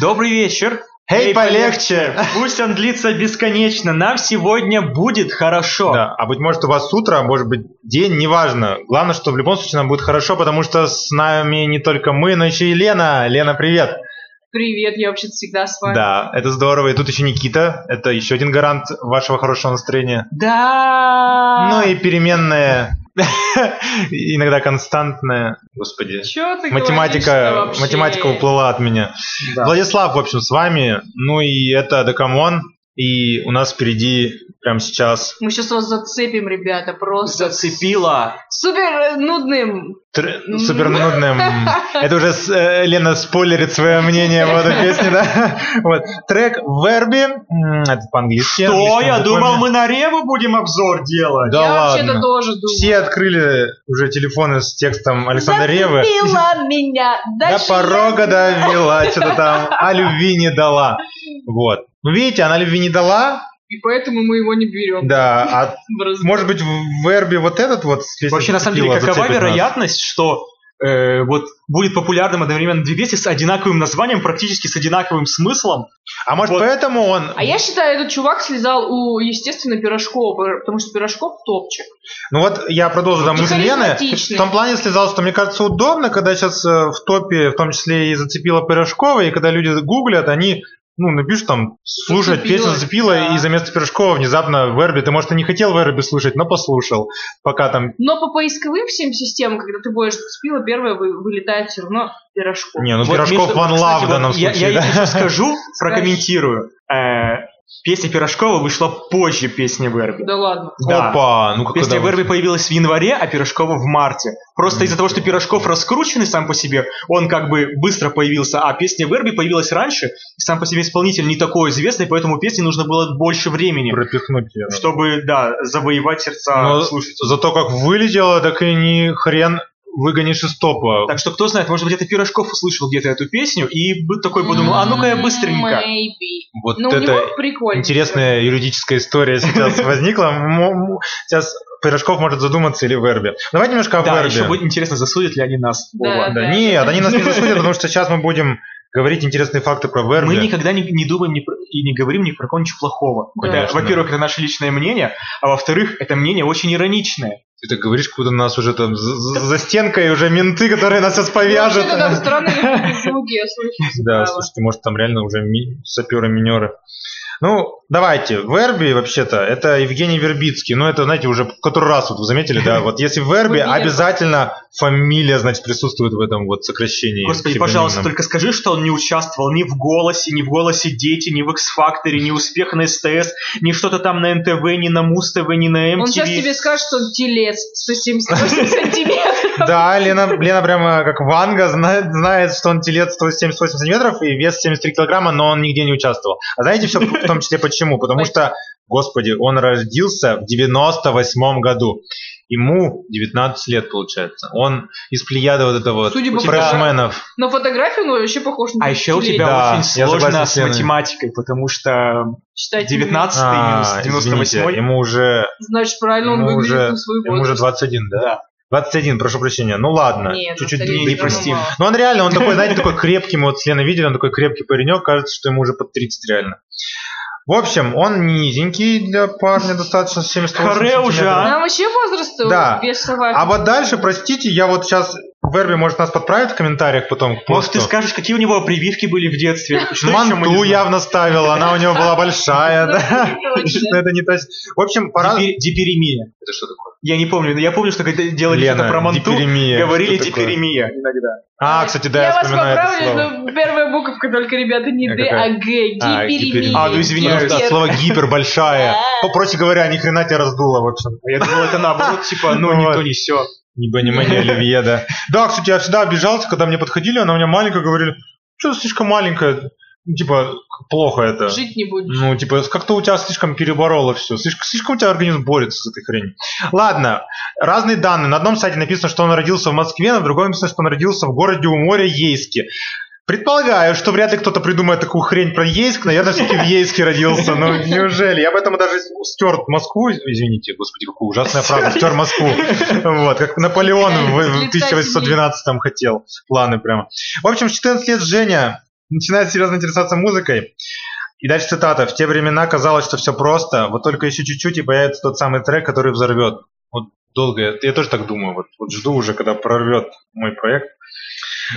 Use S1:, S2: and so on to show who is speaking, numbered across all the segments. S1: Добрый вечер.
S2: Эй,
S1: Эй,
S2: полегче!
S1: Пусть он длится бесконечно. Нам сегодня будет хорошо.
S2: Да, а быть может у вас утро, а может быть день, неважно. Главное, что в любом случае нам будет хорошо, потому что с нами не только мы, но еще и Лена. Лена, привет!
S3: Привет, я вообще всегда с вами.
S2: Да, это здорово. И тут еще Никита, это еще один гарант вашего хорошего настроения.
S1: Да.
S2: Ну и переменная, иногда константная. Господи,
S3: Чё ты говоришь-то
S2: математика,
S3: вообще?
S2: математика уплыла от меня. Владислав, в общем, с вами. Ну и это Дакамон. И у нас впереди прямо сейчас
S3: Мы сейчас вас зацепим, ребята, просто
S1: зацепила.
S3: супер э, нудным.
S2: Тр- Супер нудным. Это уже с- э, Лена спойлерит свое мнение в этой песне, да? Вот. Трек Верби. М, Это по-английски.
S1: Что?
S2: английском
S1: Я
S2: языком.
S1: думал, мы на Реву будем обзор делать.
S2: Да
S3: я
S2: ладно.
S3: вообще-то тоже думаю.
S2: Все открыли уже телефоны с текстом Александра Ревы.
S3: Зацепила меня.
S2: До
S3: Дальше я-
S2: порога довела, что-то там, а любви не дала. Вот. Ну, видите, она любви не дала,
S3: И поэтому мы его не берем.
S2: да, а
S3: в разговор.
S2: может быть в Верби вот этот вот с песней
S1: Вообще, на самом деле,
S2: «Текила»
S1: какова
S2: зацепит нас?
S1: вероятность, что э, вот будет популярным одновременно две песни с одинаковым названием, практически с одинаковым смыслом?
S2: А может
S1: Вот.
S2: поэтому он...
S3: А я считаю, этот чувак слезал у, естественно, Пирожкова, пор- потому что Пирожков топчик.
S2: Ну вот я продолжу там
S3: И
S2: мысль Лены.
S3: харизматичный.
S2: В том плане слезал, что мне кажется удобно, когда сейчас э, в топе, в том числе и зацепила Пирожкова, и когда люди гуглят, они ну, напишут там, слушать
S3: Зацепила,
S2: песню зацепила,
S3: да.
S2: и за место Пирожкова внезапно Верби. Ты, может, и не хотел Верби слушать, но послушал, пока там...
S3: Но по поисковым всем системам, когда ты боишься спила, первое вы- вылетает все равно Пирожков.
S2: Не, ну
S1: Вот
S2: Пирожков
S1: между-
S2: Ван
S1: кстати,
S2: Лав в
S1: вот
S2: данном
S1: я-
S2: случае,
S1: Я
S2: да?
S1: еще скажу, прокомментирую. Э, Песня Пирожкова вышла позже песни Верби.
S3: Да ладно.
S1: Да.
S2: Опа, ну когда...
S1: Песня Верби появилась в январе, а Пирожкова в марте. Просто
S2: Мгм.
S1: из-за того, что Пирожков раскрученный сам по себе, он как бы быстро появился, а песня Верби появилась раньше, и сам по себе исполнитель не такой известный, поэтому песне нужно было больше времени,
S2: Пропихнуть её.
S1: чтобы, да, завоевать сердца
S2: Но
S1: слушателей.
S2: Зато как вылетело, так и ни хрен выгонишь из топа.
S1: Так что, кто знает, может быть, это Пирожков услышал где-то эту песню и бы такой подумал, а ну-ка я быстренько.
S3: М-м-м. Maybe.
S2: Вот
S3: Ну, у
S2: это
S3: него прикольно.
S2: Интересная юридическая история сейчас возникла. М- м- Сейчас Пирожков может задуматься или Верби. Давайте немножко о
S1: Да,
S2: Верби.
S1: еще будет интересно, засудят ли они нас.
S3: Да,
S2: Да,
S3: да,
S2: Нет,
S3: да.
S2: они нас не засудят, потому что сейчас мы будем говорить интересные факты про Верби.
S1: Мы никогда не, не думаем ни про- и не говорим ни про кого ничего плохого.
S3: Да.
S1: Это,
S2: Конечно.
S1: во-первых, это наше личное мнение, а во-вторых, это мнение очень ироничное.
S2: Ты так говоришь, как будто нас уже там за- за за стенкой уже менты, которые нас сейчас
S3: Ну,
S2: повяжут.
S3: Вообще-то там странные звуки я слышу.
S2: Да,
S3: забыла.
S2: слушайте, может там реально уже ми- саперы-минеры. Ну, давайте. Верби, вообще-то, это Евгений Вербицкий. Ну, это, знаете, уже который раз вот вы заметили, да? Вот если Верби,
S3: Фамилия.
S2: обязательно фамилия, значит, присутствует в этом вот сокращении.
S1: Господи,
S2: псевдонимном.
S1: пожалуйста, только скажи, что он не участвовал ни в «Голосе», ни в «Голосе дети», ни в «X-Factor», ни «Успех» на СТС, ни что-то там на НТВ, ни на Муз-ТВ, ни на «Эм МТВ.
S3: Он сейчас тебе скажет, что он телец 178 сантиметров.
S2: Да, Лена, Лена прямо как Ванга знает, знает, что он телец 178 сантиметров и вес 73 килограмма, но он нигде не участвовал. А знаете все в том числе почему? Потому что, господи, он родился в 98 году. Ему 19 лет, получается. Он из плеяда вот этого вот
S3: Судя по
S2: фрешменов.
S3: На фотографии он вообще похож на
S1: А еще у тебя
S3: телец.
S2: Да,
S1: очень
S2: я
S1: сложно
S2: согласен
S1: с
S2: с Леной.
S1: математикой, потому что
S3: Читать не умею.
S1: 19
S2: А,
S1: минус 98
S2: извините, ему уже,
S3: Значит, правильно он
S2: Ему
S3: выглядит
S2: Ну, уже-
S3: на свой
S2: ему уже
S3: возраст.
S2: 21, да?
S1: Да.
S2: 21, прошу прощения. Ну ладно,
S3: Нет,
S2: чуть-чуть
S1: не-
S3: Наталья
S1: не
S2: выпрямил.
S1: простим.
S3: Иванова.
S2: Ну, он реально, он такой, знаете, такой крепкий, мы вот с Леной видели, он такой крепкий паренек, кажется, что ему уже под 30 реально. В общем, он низенький для парня, достаточно 78
S1: Харе уже,
S2: сантиметров.
S1: а?
S3: Нам вообще возраст
S2: Да.
S3: весовой.
S2: А вот дальше, простите, я вот сейчас, Верби может нас подправить в комментариях потом к
S1: Может, ты
S2: посту.
S1: скажешь, какие у него прививки были в детстве? Что еще мы не
S2: Манту
S1: знаем?
S2: явно ставила, она у него была большая, да.
S3: Ну, Это точно.
S2: Но это не точно. В общем, пора...
S1: Дипер- Диперемия.
S2: Это что такое?
S1: Я не помню, но я помню, что когда делали что-то
S2: Лена,
S1: про манту,
S2: диперемия.
S1: говорили
S2: Что такое?
S1: диперемия иногда.
S2: А, кстати, да,
S3: я,
S2: я,
S3: вас
S2: вспоминаю это
S3: поправлю,
S2: слово.
S3: но первая буковка только, ребята, не
S2: А
S3: Д, а
S2: какая?
S3: Г. Гиперемия.
S1: А, ну, извиняюсь.
S2: Просто от
S3: Гипер.
S2: слова гипер большая. По- Проще говоря, ни хрена тебя раздуло, в общем.
S1: А я думал, это наоборот, типа, ну,
S2: Вот.
S1: не то, не все.
S2: Не понимание Оливье, да. Да, кстати, я всегда обижался, когда мне подходили, она у меня маленькая, говорили, что слишком маленькая, Ну, типа, плохо это.
S3: Жить не будешь.
S2: Ну, типа, как-то у тебя слишком перебороло все. Слишком, слишком у тебя организм борется с этой хренью. Ладно, разные данные. На одном сайте написано, что он родился в Москве, на другом написано, что он родился в городе у моря Ейске. Предполагаю, что вряд ли кто-то придумает такую хрень про Ейск. Наверное, все-таки в Ейске родился. Ну, неужели? Я поэтому даже стер Москву. Извините, господи, какая ужасная фраза. Стер Москву. Вот, как Наполеон в в 1812 хотел. Планы прямо. В общем, в 14 лет Женя начинает серьезно интересоваться музыкой. И дальше цитата. «В те времена казалось, что все просто, вот только еще чуть-чуть и появится тот самый трек, который взорвет». Вот долго, я, я тоже так думаю, вот, вот жду уже, когда прорвет мой проект.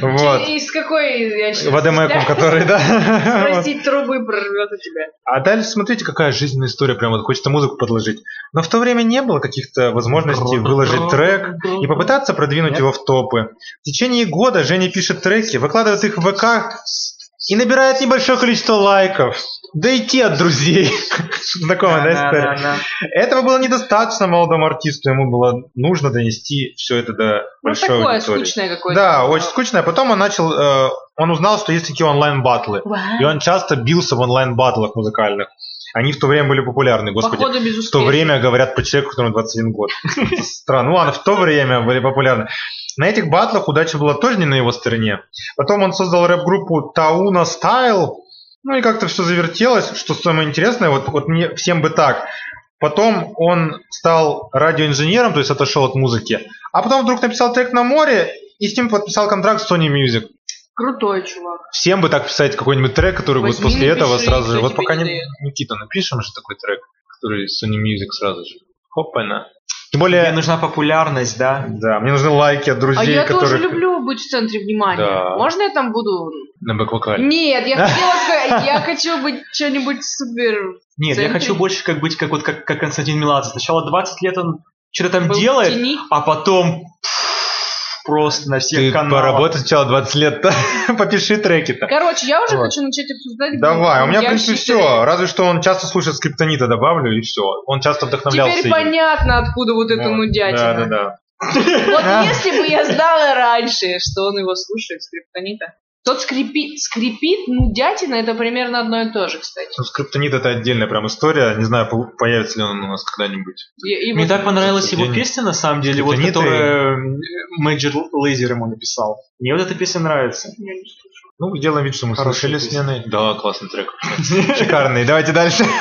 S2: Вот.
S3: Из какой я сейчас
S2: Водомеком, который, да. Вот.
S3: Спросить трубы прорвет у тебя.
S2: А дальше смотрите, какая жизненная история, прям вот хочется музыку подложить. Но в то время не было каких-то возможностей выложить трек и попытаться продвинуть
S1: Нет.
S2: его в топы. В течение года Женя пишет треки, выкладывает их в ВК и набирает небольшое количество лайков. Да и те от друзей. Знакомая, да, история?
S3: Да-да-да.
S2: Этого было недостаточно молодому артисту, ему было нужно донести все это до
S3: Ну,
S2: большой
S3: такое
S2: аудитории.
S3: скучное какое-то.
S2: Да, очень скучно. А потом он начал, э, он узнал, что есть такие онлайн-батлы.
S3: Вау.
S2: И он часто бился в онлайн-батлах музыкальных. Они в то время были популярны, господи.
S3: Походу
S2: В то
S3: безуспешно.
S2: время говорят про человека, которому 21 год. Это Странно. Ну ладно, в то время были популярны. На этих батлах удача была тоже не на его стороне. Потом он создал рэп-группу Тауна Стайл. Ну и как-то все завертелось. Что самое интересное, вот, вот мне всем бы так. Потом он стал радиоинженером, то есть отошел от музыки. А потом вдруг написал трек на море и с ним подписал контракт с Sony Music.
S3: Крутой чувак.
S2: Всем бы так писать какой-нибудь трек, который будет
S3: Возьми,
S2: после этого
S3: напиши,
S2: сразу же.
S3: кто
S2: Вот
S3: тебе
S2: пока
S3: не
S2: не...
S3: дает.
S2: Никита, напишем же такой трек, который Sony Music сразу же. Хопана.
S1: Мне
S2: Тем более,
S1: нужна популярность, да.
S2: да, мне нужны лайки от
S3: А
S2: друзей,
S3: я
S2: которые
S3: тоже люблю быть в центре внимания.
S2: Да.
S3: Можно я там буду?
S2: на бэк-вокале.
S3: Нет, я хотела сказать, я хочу быть что-нибудь супер.
S1: Нет, я
S3: Центре.
S1: хочу больше как быть как вот как, как Константин Меладзе. Сначала 20 лет он что-то там
S3: был в
S1: делает,
S3: тени.
S1: а потом пф, просто на всех
S2: Ты
S1: каналах.
S2: поработай сначала 20 лет, попиши треки-то.
S3: Короче, я уже
S2: Вот.
S3: хочу начать обсуждать.
S2: Давай, у меня, в
S3: гудящие
S2: принципе, все. Разве что он часто слушает скриптонита, добавлю, и все. Он часто
S3: треки.
S2: вдохновлялся
S3: Теперь
S2: ей.
S3: понятно, откуда вот эта
S2: Вот.
S3: нудятина.
S2: Да, да, да.
S3: Вот
S2: Да.
S3: если бы я знала раньше, что он его слушает, скриптонита. Тот скрипит, скрипит, нудятина, это примерно одно и то же, кстати.
S2: Ну, скриптонит это отдельная прям история. Не знаю, по- появится ли он у нас когда-нибудь.
S3: Я- и
S1: Мне
S3: вот-
S1: так понравилась его
S2: День.
S1: песня, на самом деле, вот
S2: Скриптониты.
S1: которая э, Major Laser ему написал. Мне вот эта песня нравится.
S3: Я не слушала.
S2: Ну, сделаем вид, что мы
S1: Хорошая
S2: слушали с
S1: песня.
S2: Леной. Да, классный трек. Шикарный. Давайте дальше.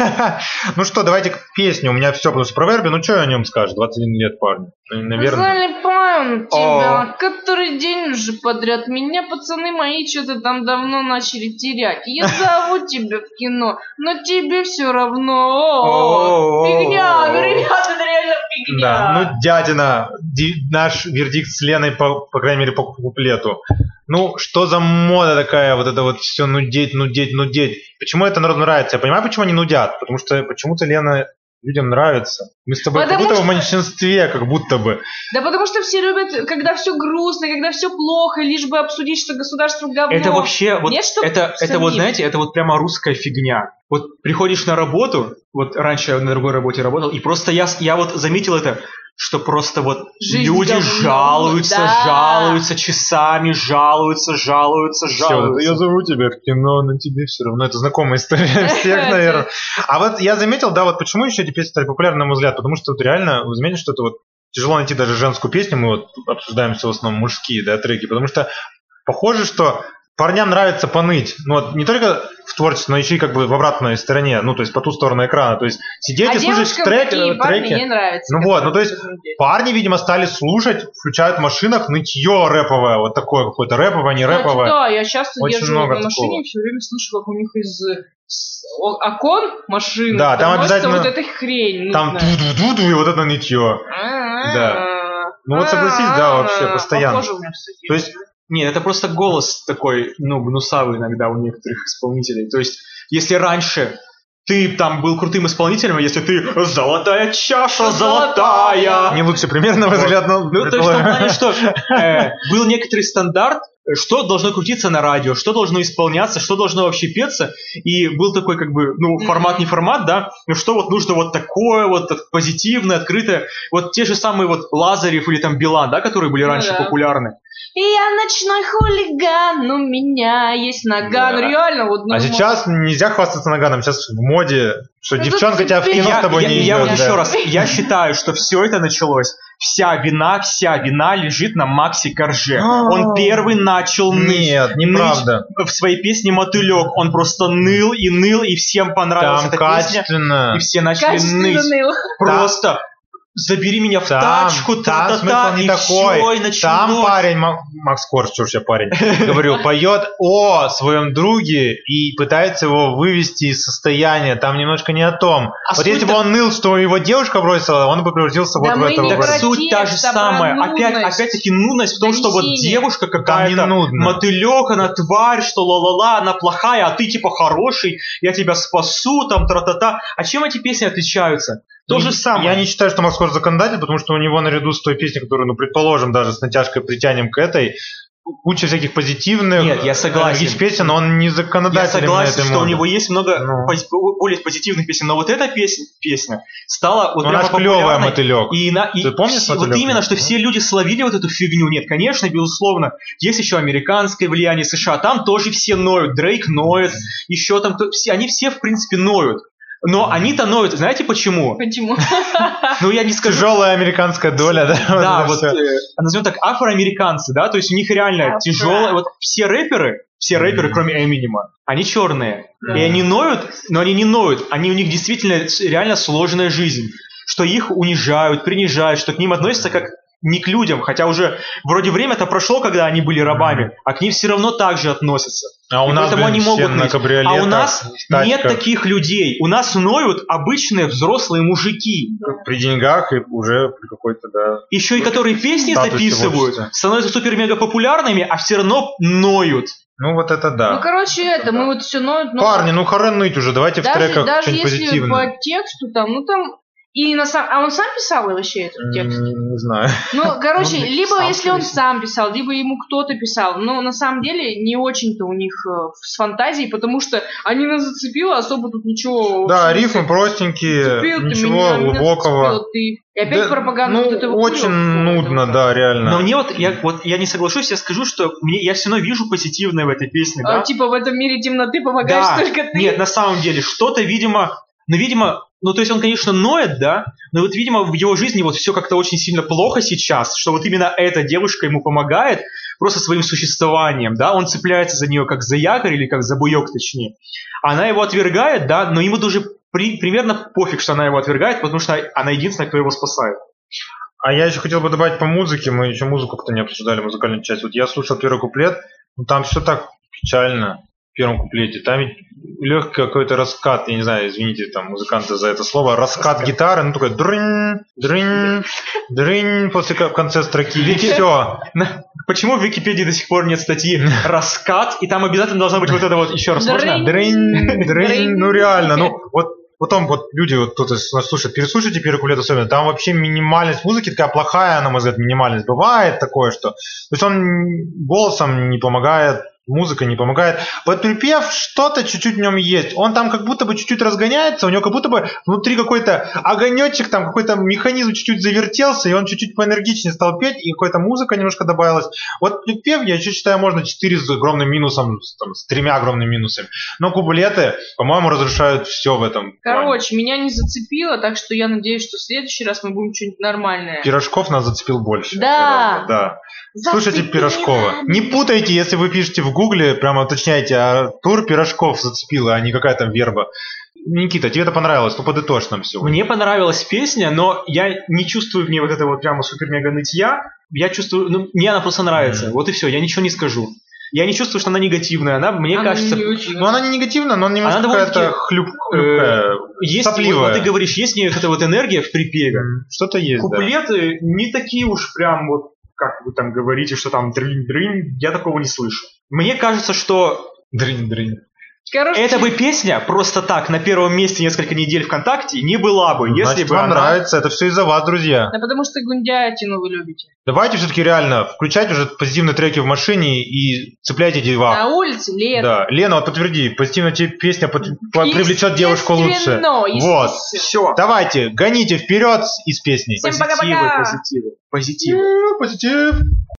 S2: Ну что, давайте к песне. У меня все, потому что про Верби, ну что я о нем скажешь? 21 лет, парню. Ну, Наверное.
S3: Залипаю
S2: О.
S3: на тебя, который день уже подряд. Меня пацаны мои что-то там давно начали терять. Я зову тебя в кино, но тебе все равно. Фигня, ну, ребята, это реально
S2: Да,
S3: фигня.
S2: ну дядина, ди- наш вердикт с Леной, по, по крайней мере, по куплету. Ну, что за мода такая, вот это вот все нудеть, нудеть, нудеть. Почему это народу нравится? Я понимаю, почему они нудят, потому что почему-то Лена людям нравится. Мы с тобой
S3: Потому
S2: как будто
S3: что-
S2: в меньшинстве, как будто бы.
S3: Да потому что все любят, когда все грустно, когда все плохо, лишь бы обсудить, что государство говно.
S1: Это вообще вот
S3: Нет, что
S1: это, это вот,
S3: самим.
S1: знаете, это вот прямо русская фигня. Вот приходишь на работу, вот раньше я на другой работе работал, и просто я, с- я вот заметил это, что просто вот
S3: Жизнь
S1: люди
S3: говно,
S1: жалуются,
S3: да.
S1: жалуются часами, жалуются, жалуются,
S2: Всё, я
S1: жалуются.
S2: зову тебя в кино, но тебе все равно. Это знакомая история всех, наверное. А вот я заметил, да, вот почему еще эти песни стали популярны, на мой взгляд, потому что вот реально, вы заметили, что это вот тяжело найти даже женскую песню, мы вот обсуждаем все в основном мужские, да, треки, потому что похоже, что парням нравится поныть, ну вот не только в творчестве, но еще и как бы в обратной стороне, ну то есть по ту сторону экрана, то есть сидеть
S3: а
S2: и слушать
S3: девушкам
S2: трек-
S3: такие
S2: э,
S3: парни
S2: треки.
S3: не нравятся.
S2: Ну вот, ну то есть
S3: которые делают.
S2: Парни, видимо, стали слушать, включают в машинах нытье рэповое, вот такое какое-то рэповое, не рэповое.
S3: Да, я часто
S2: Очень
S3: езжу
S2: много
S3: на машине
S2: такого.
S3: и все время слышу, как у них из с о- окон машины
S2: Да, там
S3: доносится
S2: обязательно-
S3: вот эта хрень.
S2: Там
S3: нудная.
S2: ду-ду-ду-ду, и вот это нытье.
S3: А-а-а.
S2: Ну вот согласись, да,
S1: А,
S2: вообще,
S3: А-а-а.
S2: постоянно.
S3: Похоже у меня, кстати,
S2: То есть,
S1: Нет, это просто голос такой, ну, гнусавый иногда у некоторых исполнителей. То есть, если раньше ты там был крутым исполнителем, а если ты золотая чаша, золотая,
S2: не лучший пример, на мой
S1: Вот.
S2: взгляд, но...
S1: Ну, то есть, в том плане, что э, был некоторый стандарт, э, что должно крутиться на радио, что должно исполняться, что должно вообще петься, и был такой, как бы, ну, формат не формат, да, ну, что вот нужно вот такое, вот от- позитивное, открытое, вот те же самые вот Лазарев или там Билан, да, которые были
S3: Ну
S1: раньше
S3: да.
S1: популярны.
S3: И я ночной хулиган, у меня есть
S2: Да.
S3: нога. Ну реально, вот
S2: А
S3: нормально.
S2: сейчас нельзя хвастаться наганом, сейчас в моде, что
S3: Ну,
S2: девчонка
S3: тут
S2: тебя в кино
S3: теперь-
S2: с тобой
S1: я,
S2: не
S1: я
S2: идет.
S1: вот еще раз, я считаю, что все это началось, вся вина, вся вина лежит на Максе Корже. Он
S2: А.
S1: первый начал ну, ныть.
S2: Нет, неправда.
S1: в своей песне «Мотылек». Он просто ныл и ныл, и всем понравилась
S2: Там
S1: эта песня.
S2: качественно.
S1: И все начали
S3: Качественно
S1: ныть.
S3: ныл.
S1: Просто забери меня в
S2: Там-
S1: тачку,
S2: там
S1: та-та-та,
S2: смысл не
S1: и
S2: такой.
S1: всё, и началось.
S2: Там парень, Ма- Макс Корж, чушь я парень, говорю, поет о своем друге и пытается его вывести из состояния. Там немножко не о том.
S1: А
S2: вот
S1: суть
S2: если бы
S1: та-
S2: он ныл, что его девушка бросила, он бы превратился
S3: Да
S2: вот в
S3: мы
S2: этого.
S3: не
S2: брата.
S1: Так
S3: про
S1: суть та же
S3: текст, а про
S1: самая. Опять,
S3: нудность.
S1: опять-таки нудность, потому что вот
S3: Унижение.
S1: девушка
S2: Там не
S1: какая-то
S2: нудно.
S1: мотылек, она тварь, что ла-ла-ла, она плохая, а ты типа хороший, я тебя спасу, там тра-та-та. А чем эти песни отличаются? То
S2: Ну,
S1: же самое.
S2: Я не считаю, что Макс Корж законодатель, потому что у него наряду с той песней, которую, ну, предположим, даже с натяжкой притянем к этой, куча всяких позитивных,
S1: Нет, я согласен.
S2: энергичных песен, он не законодатель.
S1: Я согласен, что у него есть много
S2: Ну.
S1: пози- более позитивных песен, но вот эта песня, песня стала вот
S2: Ну, она
S1: прямо
S2: ж клевая,
S1: популярной.
S2: мотылек.
S1: И, на, и
S2: Ты помнишь
S1: все- вот
S2: «Мотылёк»?
S1: именно, что
S2: Ну.
S1: все люди словили вот эту фигню. Нет, конечно, безусловно, есть еще американское влияние США. Там тоже все ноют. Дрейк ноет, еще там кто все, они все в принципе ноют. Но они-то ноют, знаете почему?
S3: Почему?
S1: Ну я не скажу.
S2: Тяжелая американская доля, да?
S1: Да,
S2: это
S1: вот
S2: всё.
S1: э, назовем так афроамериканцы, да, то есть у них реально
S3: Афро.
S1: тяжелые. Вот все рэперы, все рэперы,
S2: Мгм.
S1: кроме Эминема, они черные.
S3: Да.
S1: И они ноют, но они не ноют. Они у них действительно с- реально сложная жизнь. Что их унижают, принижают, что к ним относятся как не к людям, хотя уже вроде время-то прошло, когда они были рабами, а к ним все равно так же относятся.
S2: А у
S1: и
S2: нас,
S1: поэтому
S2: блин,
S1: они
S2: все
S1: могут
S2: на
S1: ныть.
S2: кабриолетах,
S1: А у нас
S2: в тачках,
S1: Нет таких людей. У нас ноют обычные взрослые мужики.
S2: При деньгах и уже при какой-то, да.
S1: еще и которые песни
S2: Да, то есть
S1: записывают,
S2: творчество.
S1: становятся супер-мега популярными, а все равно ноют.
S2: Ну, вот это
S3: Ну,
S2: да.
S3: короче, это, мы вот все ноют, но...
S2: Парни, ну хорен ныть уже, давайте в
S3: даже,
S2: треках
S3: даже
S2: что-нибудь
S3: если
S2: позитивное.
S3: по тексту там, ну там... И на сам... А он сам писал вообще этот
S2: М,
S3: текст?
S2: Не знаю.
S3: Ну, короче,
S1: Ну,
S3: либо
S1: сам,
S3: если он
S1: конечно.
S3: сам писал, либо ему кто-то писал. Но на самом деле не очень-то у них э, с фантазией, потому что они нас зацепило, особо тут ничего...
S2: Да,
S3: вообще не
S2: рифмы простенькие,
S3: зацепило. Ты
S2: ничего
S3: меня- меня
S2: глубокого.
S3: зацепила ты. И опять
S2: Да,
S3: пропаганда
S2: ну,
S3: вот этого
S2: очень
S3: хуёвого
S2: нудно,
S3: этого.
S2: да, реально.
S1: Но мне вот я, вот я не соглашусь, я скажу, что мне, я все равно вижу позитивное в этой песне.
S3: А,
S1: да?
S3: типа в этом мире темноты помогаешь
S1: Да.
S3: только ты.
S1: Нет, на самом деле, что-то, видимо, ну, видимо, ну, то есть он, конечно, ноет, да, но вот, видимо, в его жизни вот все как-то очень сильно плохо сейчас, что вот именно эта девушка ему помогает просто своим существованием, да, он цепляется за нее как за якорь или как за буек, точнее. Она его отвергает, да, но ему даже при- примерно пофиг, что она его отвергает, потому что она единственная, кто его спасает.
S2: А я еще хотел бы добавить по музыке. Мы еще музыку как-то не обсуждали, музыкальную часть. Вот я слушал первый куплет, ну там все так печально в первом куплете. Там легкий какой-то раскат, я не знаю, извините там музыканты за это слово, раскат гитары, ну такой дрынь, дрынь, дрынь после ко- в конце строки. И все.
S1: Почему в Википедии до сих пор нет статьи «Раскат», и там обязательно должна быть вот это вот, еще раз, можно?
S3: Дрынь.
S2: Дрынь, дрынь,
S3: Дрынь.
S2: ну реально, ну вот Потом вот люди, вот кто-то нас слушает, переслушайте первый куплет особенно, там вообще минимальность музыки такая плохая, на мой взгляд, минимальность. Бывает такое, что... То есть он голосом не помогает, музыка не помогает. Вот припев что-то чуть-чуть в нем есть. Он там как будто бы чуть-чуть разгоняется, у него как будто бы внутри какой-то огонечек, там какой-то механизм чуть-чуть завертелся, и он чуть-чуть поэнергичнее стал петь, и какая-то музыка немножко добавилась. Вот припев, я еще считаю, можно 4 с огромным минусом, с, там, с тремя огромными минусами. Но куплеты, по-моему, разрушают все в этом. плане.
S3: Короче, меня не зацепило, так что я надеюсь, что в следующий раз мы будем что-нибудь нормальное.
S2: Пирожков нас зацепил больше.
S3: Да.
S2: Гораздо, Да. Слушайте
S3: Зацепило.
S2: Пирожкова. Не путайте, если вы пишете в гугле, прямо уточняйте, а тур Пирожков зацепила, а не какая там верба. Никита, тебе это понравилось? Ну, подытожь нам все.
S1: Мне понравилась песня, но я не чувствую в ней вот этого вот прямо супер-мега нытья. Я чувствую, ну, мне она просто нравится.
S2: Мгм.
S1: Вот и все, я ничего не скажу. Я не чувствую, что она негативная. Она, мне
S3: Она
S1: кажется,
S3: а не очень.
S2: Ну, она не негативна, но немножко
S1: А Она довольно-таки, э,
S2: какая-то хлюп, хлюпкая.
S1: есть, вот,
S2: сопливая.
S1: вот ты говоришь, есть в ней вот эта вот энергия в припеве.
S2: М, Что-то есть, да.
S1: Куплеты не такие уж прям вот, как вы там говорите, что там дрынь-дрынь, я такого не слышу. Мне кажется, что
S2: Дрынь, дрынь.
S3: Короче,
S1: эта бы песня просто так на первом месте несколько недель ВКонтакте не была бы, если
S2: Ну, Значит,
S1: бы
S2: вам
S1: она...
S2: нравится, это все из-за вас, друзья.
S3: Да потому что гундятину вы любите.
S2: Давайте все-таки реально включать уже позитивные треки в машине и цепляйте диван.
S3: На улице
S2: Да.
S3: лето.
S2: Лена, вот подтверди, позитивная тебе песня под- по- привлечет девушку лучше.
S3: Естественно,
S2: Вот.
S3: естественно.
S1: Все.
S2: Давайте, гоните вперед с- из песни.
S3: Всем
S1: позитивы,
S3: пока-пока.
S1: позитивы, позитивы.
S2: Позитив.